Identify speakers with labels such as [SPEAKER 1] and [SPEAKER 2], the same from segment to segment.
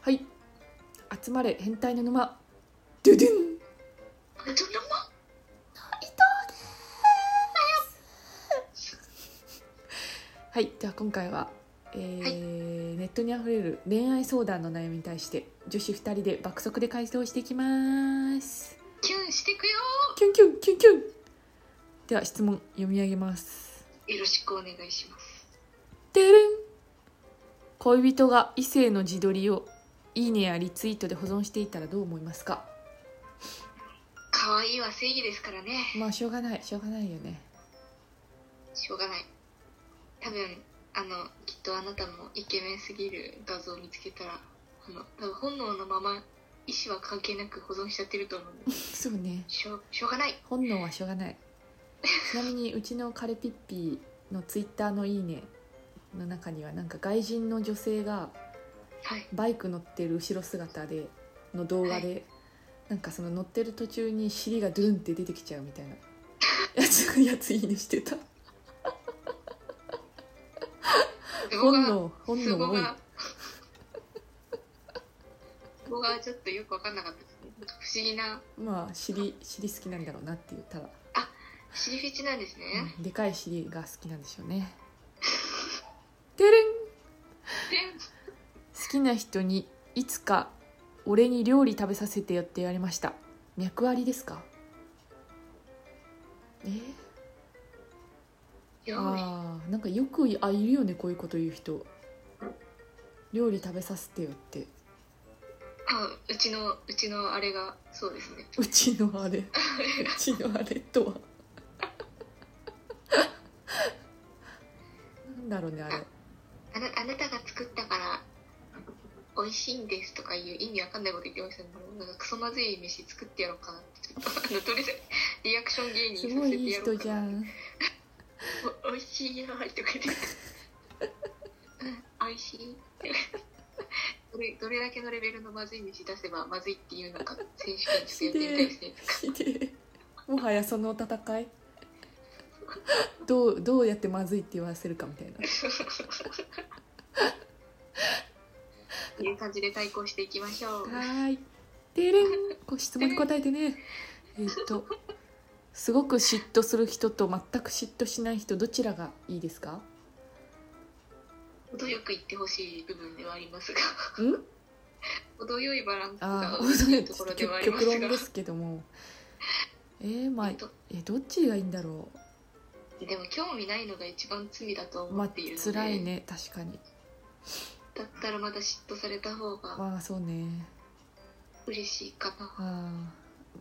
[SPEAKER 1] はい集まれ変態の沼ドゥドゥン
[SPEAKER 2] あれちょっとま
[SPEAKER 1] はいじゃあ今回は、えーネットにあふれる恋愛相談の悩みに対して女子2人で爆速で回答していきます
[SPEAKER 2] キュンしてくよ
[SPEAKER 1] キュンキュンキュンキュンでは質問読み上げます
[SPEAKER 2] よろしくお願いします
[SPEAKER 1] てれん恋人が異性の自撮りをいいねやリツイートで保存していたらどう思いますか
[SPEAKER 2] 可愛いは正義ですからね
[SPEAKER 1] まあしょうがないしょうがないよね
[SPEAKER 2] しょうがない多分あのきっとあなたもイケメンすぎる画像を見つけたらあの多分本能のまま意思は関係なく保存しちゃってると思うんで
[SPEAKER 1] そうね
[SPEAKER 2] しょうしょうがない
[SPEAKER 1] 本能はしょうがないちなみにうちのカレピッピのツイッターの「いいね」の中にはなんか外人の女性が
[SPEAKER 2] はい
[SPEAKER 1] バイク乗ってる後ろ姿での動画で、なんかその乗ってる途中に尻がドゥンって出てきちゃうみたいなやつやついいねしてた
[SPEAKER 2] そこ
[SPEAKER 1] 本
[SPEAKER 2] が
[SPEAKER 1] 能本
[SPEAKER 2] そ
[SPEAKER 1] 能
[SPEAKER 2] こ
[SPEAKER 1] 多い
[SPEAKER 2] がそこがちょっとよく分かんなかったですねなんか不思議な
[SPEAKER 1] まあ尻尻好きなんだろうなって言ったら、
[SPEAKER 2] 尻フェチなんですね、
[SPEAKER 1] うんでかい尻が好きなんでしょうねてれん
[SPEAKER 2] で
[SPEAKER 1] 好きな人にいつか俺に料理食べさせてよって言われました脈ありですかえー、
[SPEAKER 2] やばい
[SPEAKER 1] あーなんかよくいあいるよねこういうこと言う人料理食べさせてよって
[SPEAKER 2] あうちのうちのあれがそうですね
[SPEAKER 1] うちの あれうちのあれとは なんだろうねあれ
[SPEAKER 2] あなあなたが作ったから美味しいんですとかいう意味わかんないこと言ってましたねなんかクソまずい飯作ってやろうかなってちょっとあのとりあえずリアクション芸
[SPEAKER 1] す
[SPEAKER 2] 人
[SPEAKER 1] ご
[SPEAKER 2] させ
[SPEAKER 1] い
[SPEAKER 2] て
[SPEAKER 1] いい
[SPEAKER 2] やろ
[SPEAKER 1] 人
[SPEAKER 2] うか
[SPEAKER 1] じ
[SPEAKER 2] な
[SPEAKER 1] ゃん
[SPEAKER 2] お美味しいよーとか言ってうん美味しいどれどれだけのレベルのまずい飯出せばまずいっていうのか選手権ちょっとやってみたいで すね
[SPEAKER 1] ひでえもはやその戦いどうどうやってまずいって言わせるかみたいな
[SPEAKER 2] という感じで対抗していきましょう
[SPEAKER 1] はーい。でれん、こう質問に答えてね。えーっ、と。すごく嫉妬する人と全く嫉妬しない人、どちらがいいですか。
[SPEAKER 2] 程よく言ってほしい部分ではありますが
[SPEAKER 1] ん。
[SPEAKER 2] 程よいバランス
[SPEAKER 1] あ
[SPEAKER 2] が
[SPEAKER 1] あ、
[SPEAKER 2] 美味しいところではありま
[SPEAKER 1] 極
[SPEAKER 2] す
[SPEAKER 1] 論
[SPEAKER 2] が
[SPEAKER 1] ですけども。 えー、まあ、
[SPEAKER 2] え
[SPEAKER 1] え
[SPEAKER 2] っと
[SPEAKER 1] どっちがいいんだろ
[SPEAKER 2] でも興味ないのが一番罪だと
[SPEAKER 1] う。ま
[SPEAKER 2] 思
[SPEAKER 1] あ
[SPEAKER 2] っている、ので、
[SPEAKER 1] 辛いね、確かに。
[SPEAKER 2] だったらまだ嫉妬された方が
[SPEAKER 1] まあ、そうね。
[SPEAKER 2] 嬉しいか
[SPEAKER 1] あ
[SPEAKER 2] な
[SPEAKER 1] あ。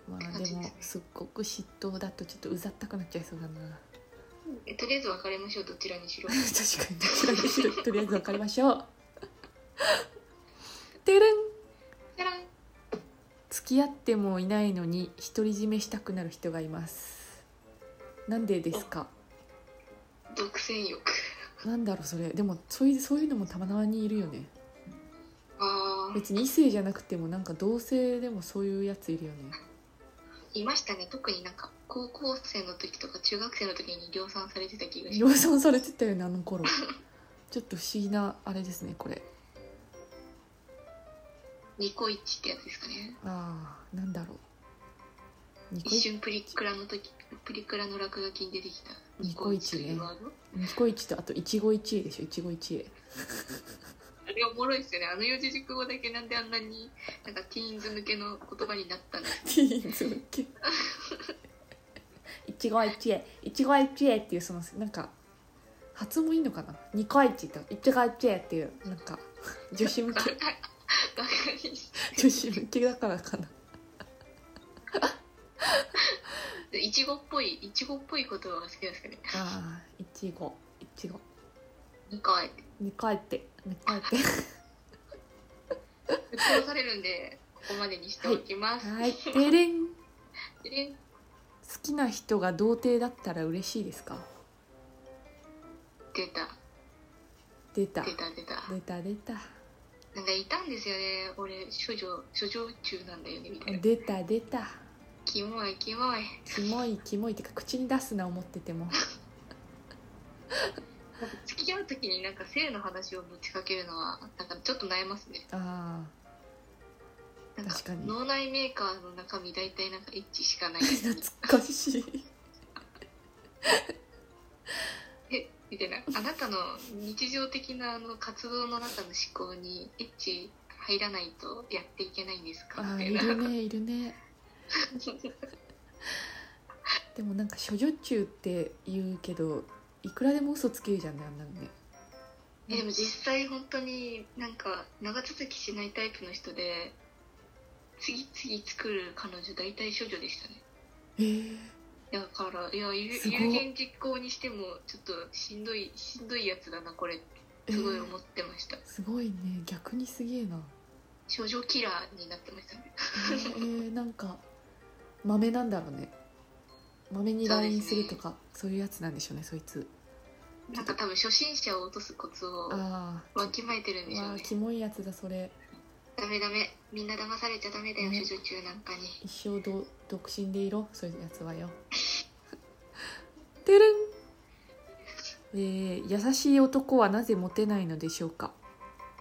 [SPEAKER 1] まあ、で
[SPEAKER 2] 感じです
[SPEAKER 1] も
[SPEAKER 2] ね、
[SPEAKER 1] すっごく嫉妬だと、ちょっとうざったくなっちゃいそうだな。
[SPEAKER 2] えとりあえず別れましょうどちらにしろ
[SPEAKER 1] 確かにどち らにしろとりあえず分かりましょう。てれん。
[SPEAKER 2] じゃらん
[SPEAKER 1] 付き合ってもいないのに独り占めしたくなる人がいますなんでですか
[SPEAKER 2] 独占欲
[SPEAKER 1] なんだろうそれでもそういうそういうのもたまにいるよね
[SPEAKER 2] ああ
[SPEAKER 1] 別に異性じゃなくてもなんか同性でもそういうやついるよね
[SPEAKER 2] いましたね特になんか高校生の時とか中学生の時に量産されてた気がし
[SPEAKER 1] 量産されてたよねあの頃ちょっと不思議なあれですねこれ
[SPEAKER 2] ニコイチってやつですかね
[SPEAKER 1] ああなんだろうニコ
[SPEAKER 2] 一
[SPEAKER 1] イ
[SPEAKER 2] 瞬プリクラの時プリクラの落書きに出てきた
[SPEAKER 1] ニ
[SPEAKER 2] ニ
[SPEAKER 1] コ
[SPEAKER 2] コ
[SPEAKER 1] イ
[SPEAKER 2] イ
[SPEAKER 1] チ
[SPEAKER 2] チ
[SPEAKER 1] ね
[SPEAKER 2] というワード、
[SPEAKER 1] ニコイチとあと一期一会でしょ一期一
[SPEAKER 2] あれおもろいですよねあの四字熟語だけなんであんなになんかティーンズ向けの言葉になったんですか
[SPEAKER 1] 会ティーンズ向け一期一会一期一会っていうそのなんか発音もいいのかな二回一と一回一会っていうなんか女子向け
[SPEAKER 2] バカにし
[SPEAKER 1] 女子向けだからかな
[SPEAKER 2] ていちごっぽいいちごっぽい言葉が好きなんですかね
[SPEAKER 1] ああいちごいちご
[SPEAKER 2] なんかあえて
[SPEAKER 1] 二回って二回って
[SPEAKER 2] 殺されるんでここまでにしておきます、
[SPEAKER 1] はいてれん好
[SPEAKER 2] で
[SPEAKER 1] きな人が童貞だったら嬉しいですか
[SPEAKER 2] 出た
[SPEAKER 1] 出た
[SPEAKER 2] 出た出た
[SPEAKER 1] 出た出た
[SPEAKER 2] なんかいたんですよね俺処女処女中なんだよねみたいな
[SPEAKER 1] 出た出た
[SPEAKER 2] キモいキモい
[SPEAKER 1] キモいキモいってか口に出すな思ってても
[SPEAKER 2] 付き合う時になんか性の話を持ちかけるのはなんかちょっと悩ますね
[SPEAKER 1] ああ
[SPEAKER 2] なんか
[SPEAKER 1] 確かに
[SPEAKER 2] 脳内メーカーの中身大体なんか一致しかな い
[SPEAKER 1] 懐かしい
[SPEAKER 2] えみたいなあなたの日常的なあの活動の中の思考にエッチ入らないとやっていけないんですか
[SPEAKER 1] あ
[SPEAKER 2] み
[SPEAKER 1] ー
[SPEAKER 2] たい
[SPEAKER 1] い
[SPEAKER 2] な
[SPEAKER 1] るねいるねでもなんか処女中って言うけどいくらでも嘘つけるじゃんねあんなのね
[SPEAKER 2] えでも実際本当になんか長続きしないタイプの人で次々作る彼女大体処女でしたね
[SPEAKER 1] えー、
[SPEAKER 2] だからいや有
[SPEAKER 1] すごい
[SPEAKER 2] 有言実行にしてもちょっとしんどいしんどいやつだなこれってすごい思ってました、
[SPEAKER 1] すごいね逆にすげえな
[SPEAKER 2] 少女キラーになってましたね
[SPEAKER 1] えーえーなんか豆なんだろうね豆に LINE するとかそう,、いうやつなんでしょうねそいつ
[SPEAKER 2] なんか多分初心者を落とすコツを
[SPEAKER 1] ああ
[SPEAKER 2] わきまえてるんでしょう
[SPEAKER 1] わあ
[SPEAKER 2] ね
[SPEAKER 1] キモいやつだそれ
[SPEAKER 2] ダメダメみんな騙されちゃダメだよ
[SPEAKER 1] ね
[SPEAKER 2] 処女中なんかに
[SPEAKER 1] 一生ど独身でいろそういうやつはよ てるんえー、優しい男はなぜモテないのでしょうか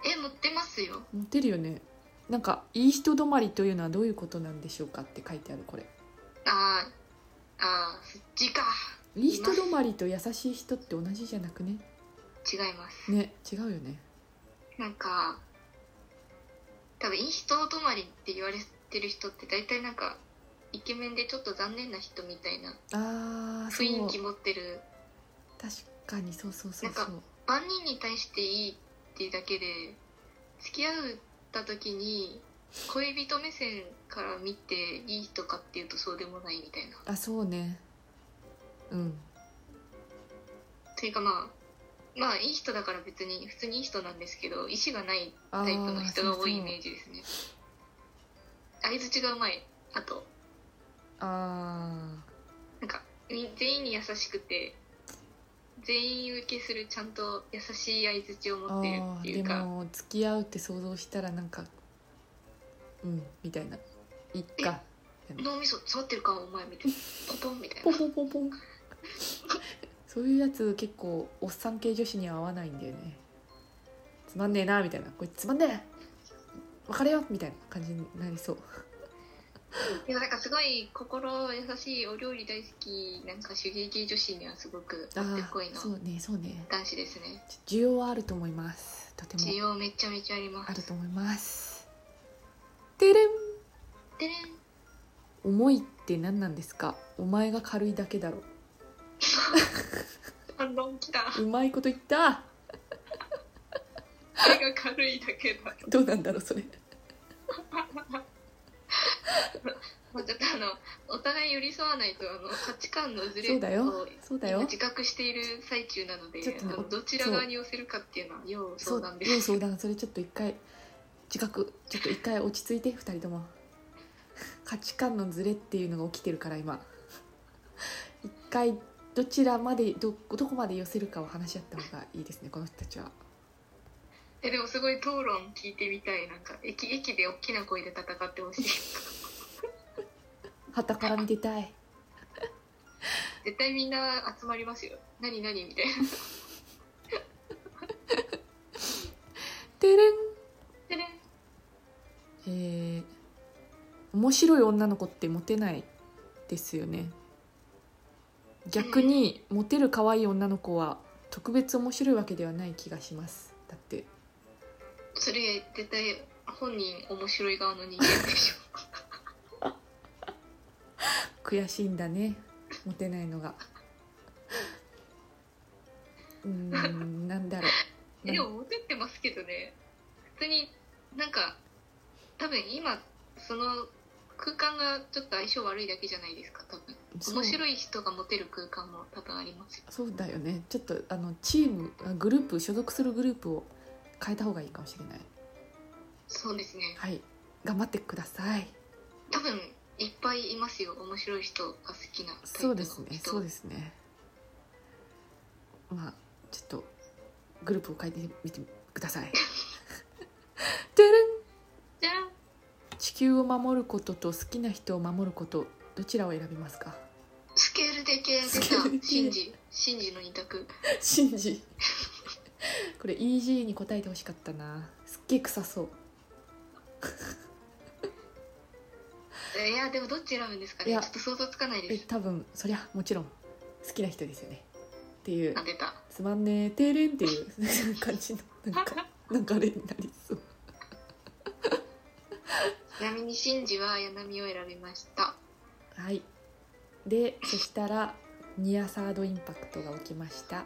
[SPEAKER 2] え持ってますよ
[SPEAKER 1] モテるよねなんかいい人止まりというのはどういうことなんでしょうかって書いてあるこれ
[SPEAKER 2] あーあーそっちか
[SPEAKER 1] いい人止まりと優しい人って同じじゃなくね
[SPEAKER 2] 違います
[SPEAKER 1] ね違うよね
[SPEAKER 2] なんか多分いい人止まりって言われてる人って大体なんかイケメンでちょっと残念な人みたいな
[SPEAKER 1] ああそ
[SPEAKER 2] 雰
[SPEAKER 1] う
[SPEAKER 2] 囲気持ってる
[SPEAKER 1] 確かにそうそうそう
[SPEAKER 2] な
[SPEAKER 1] そ
[SPEAKER 2] ん
[SPEAKER 1] う
[SPEAKER 2] 万人に対していいっていうだけで付き合った時に恋人目線から見ていい人かっていうとそうでもないみたいな
[SPEAKER 1] あそうねうん
[SPEAKER 2] というかまあまあいい人だから別に普通にいい人なんですけど意思がない
[SPEAKER 1] あ
[SPEAKER 2] タ
[SPEAKER 1] ー
[SPEAKER 2] イプの人が多いイメ
[SPEAKER 1] そう
[SPEAKER 2] ージですね相づちがうまいあと
[SPEAKER 1] そうあ
[SPEAKER 2] なんかみ全員に優しくて全員受けするちゃんと優しい相づちを
[SPEAKER 1] ー
[SPEAKER 2] 持ってる
[SPEAKER 1] あ
[SPEAKER 2] ってい
[SPEAKER 1] ー
[SPEAKER 2] う
[SPEAKER 1] で
[SPEAKER 2] か
[SPEAKER 1] も付き合うって想像したらなんかうんみたいないっか
[SPEAKER 2] 脳みそ触ってるかお前みたいなポ ポンみたいな
[SPEAKER 1] ポンポンポンポンそういうやつ結構おっさん系女子には合わないんだよねつまんねえなみたいなこれつまんねえ別れようみたいな感じになりそう
[SPEAKER 2] でもなんかすごい心優しいお料理大好きなんか手芸系女子にはすごく
[SPEAKER 1] あ
[SPEAKER 2] もってこい
[SPEAKER 1] あ
[SPEAKER 2] の
[SPEAKER 1] そうねそうね
[SPEAKER 2] 男子ですね
[SPEAKER 1] 需要はあると思いますとても
[SPEAKER 2] 需要めちゃめちゃありま
[SPEAKER 1] ある
[SPEAKER 2] す
[SPEAKER 1] と思いますてれん
[SPEAKER 2] でね
[SPEAKER 1] 思いって何なんですかお前が軽いだけだろ
[SPEAKER 2] 反論きた
[SPEAKER 1] うまいこと言った
[SPEAKER 2] 手が軽いだけだ
[SPEAKER 1] どうなんだろうそれ
[SPEAKER 2] もうちょっとあのお互い寄り添わないとあの価値観のずれ
[SPEAKER 1] そうだよ
[SPEAKER 2] を
[SPEAKER 1] そうだ
[SPEAKER 2] 今
[SPEAKER 1] よ
[SPEAKER 2] 自覚している最中なので
[SPEAKER 1] ちょっとね
[SPEAKER 2] あのどちら側に寄せるかっていうのは要
[SPEAKER 1] そ
[SPEAKER 2] 相
[SPEAKER 1] う
[SPEAKER 2] 談で
[SPEAKER 1] 要
[SPEAKER 2] す
[SPEAKER 1] 相談それちょっと一回自覚ちょっと一回落ち着いて二人とも価値観のズレっていうのが起きてるから今一回どちらまでどどこまで寄せるかを話し合った方がいいですねこの人たちは
[SPEAKER 2] えでもすごい討論聞いてみたいなんか駅駅で大きな声で戦ってほしい
[SPEAKER 1] 旗から見てたい
[SPEAKER 2] 絶対みんな集まりますよ何何みたいな
[SPEAKER 1] てれん
[SPEAKER 2] でね
[SPEAKER 1] えー面白い女の子ってモテないですよね逆にモテる可愛い女の子は特別面白いわけではない気がしますだって
[SPEAKER 2] それ絶対本人面白い側の人間でしょ
[SPEAKER 1] 悔しいんだねモテないのがうーんなんだろう
[SPEAKER 2] えでもモテってますけどね普通になんか多分今その空間がちょっと相性悪いだけじゃないですか多分
[SPEAKER 1] そう
[SPEAKER 2] 面白い人がモテる空間も多分ありますよ
[SPEAKER 1] そうだよねちょっとあのチームあグループ所属するグループを変えた方がいいかもしれない
[SPEAKER 2] そうですね
[SPEAKER 1] はい頑張ってください
[SPEAKER 2] 多分いっぱいいますよ面白い人が好きなタイプ
[SPEAKER 1] そ
[SPEAKER 2] の人
[SPEAKER 1] うですねそうですねまあちょっとグループを変えてみてくださ いてれん
[SPEAKER 2] じゃあ
[SPEAKER 1] 地球を守ることと好きな人を守ることどちらを選びますか
[SPEAKER 2] スケールで系出
[SPEAKER 1] スケールで
[SPEAKER 2] た
[SPEAKER 1] 系
[SPEAKER 2] シンジシンジの二択
[SPEAKER 1] シンジこれ EG に答えてほしかったなすっげえ臭そう
[SPEAKER 2] いやでもどっち選ぶんですか
[SPEAKER 1] い
[SPEAKER 2] ねちょ
[SPEAKER 1] や
[SPEAKER 2] っと想像つかないで
[SPEAKER 1] え
[SPEAKER 2] す
[SPEAKER 1] 多分そりゃもちろん好きな人ですよねっていう
[SPEAKER 2] あ出た
[SPEAKER 1] つまんねえてれんっていう感じのなんかなんかあれになりそう
[SPEAKER 2] ちなみにシンジは綾波を選びました
[SPEAKER 1] はいでそしたらニアサードインパクトが起きました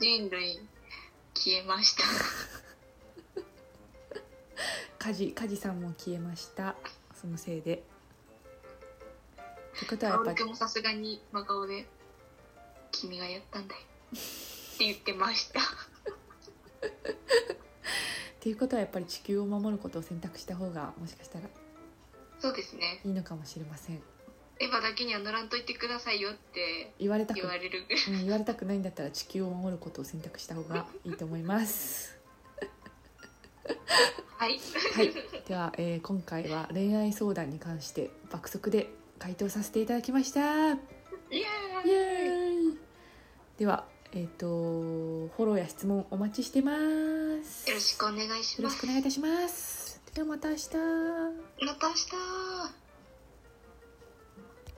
[SPEAKER 2] 人類消えました
[SPEAKER 1] カジカジさんも消えましたそのせいでってことはやっぱ
[SPEAKER 2] 薫
[SPEAKER 1] り
[SPEAKER 2] 君もさすがに真顔で「君がやったんだよ」って言ってました
[SPEAKER 1] っていうことはやっぱり地球を守ることを選択した方がもしかしたら
[SPEAKER 2] そうですね
[SPEAKER 1] いいのかもしれません
[SPEAKER 2] エヴァだけには乗らんといてくださいよって
[SPEAKER 1] 言われたく
[SPEAKER 2] 言われるぐらい
[SPEAKER 1] うん、言われたくないんだったら地球を守ることを選択した方がいいと思い ます。
[SPEAKER 2] はい
[SPEAKER 1] はい、では、えー今回は恋愛相談に関して爆速で回答させていただきました。イ
[SPEAKER 2] イエ
[SPEAKER 1] エ
[SPEAKER 2] ー
[SPEAKER 1] ー
[SPEAKER 2] イ
[SPEAKER 1] イでは、えっ、とフォローや質問お待ちしてます。
[SPEAKER 2] よろしくお願いし
[SPEAKER 1] よろ
[SPEAKER 2] ま
[SPEAKER 1] しく
[SPEAKER 2] す
[SPEAKER 1] お願いいたします。ではまた明日。
[SPEAKER 2] また明日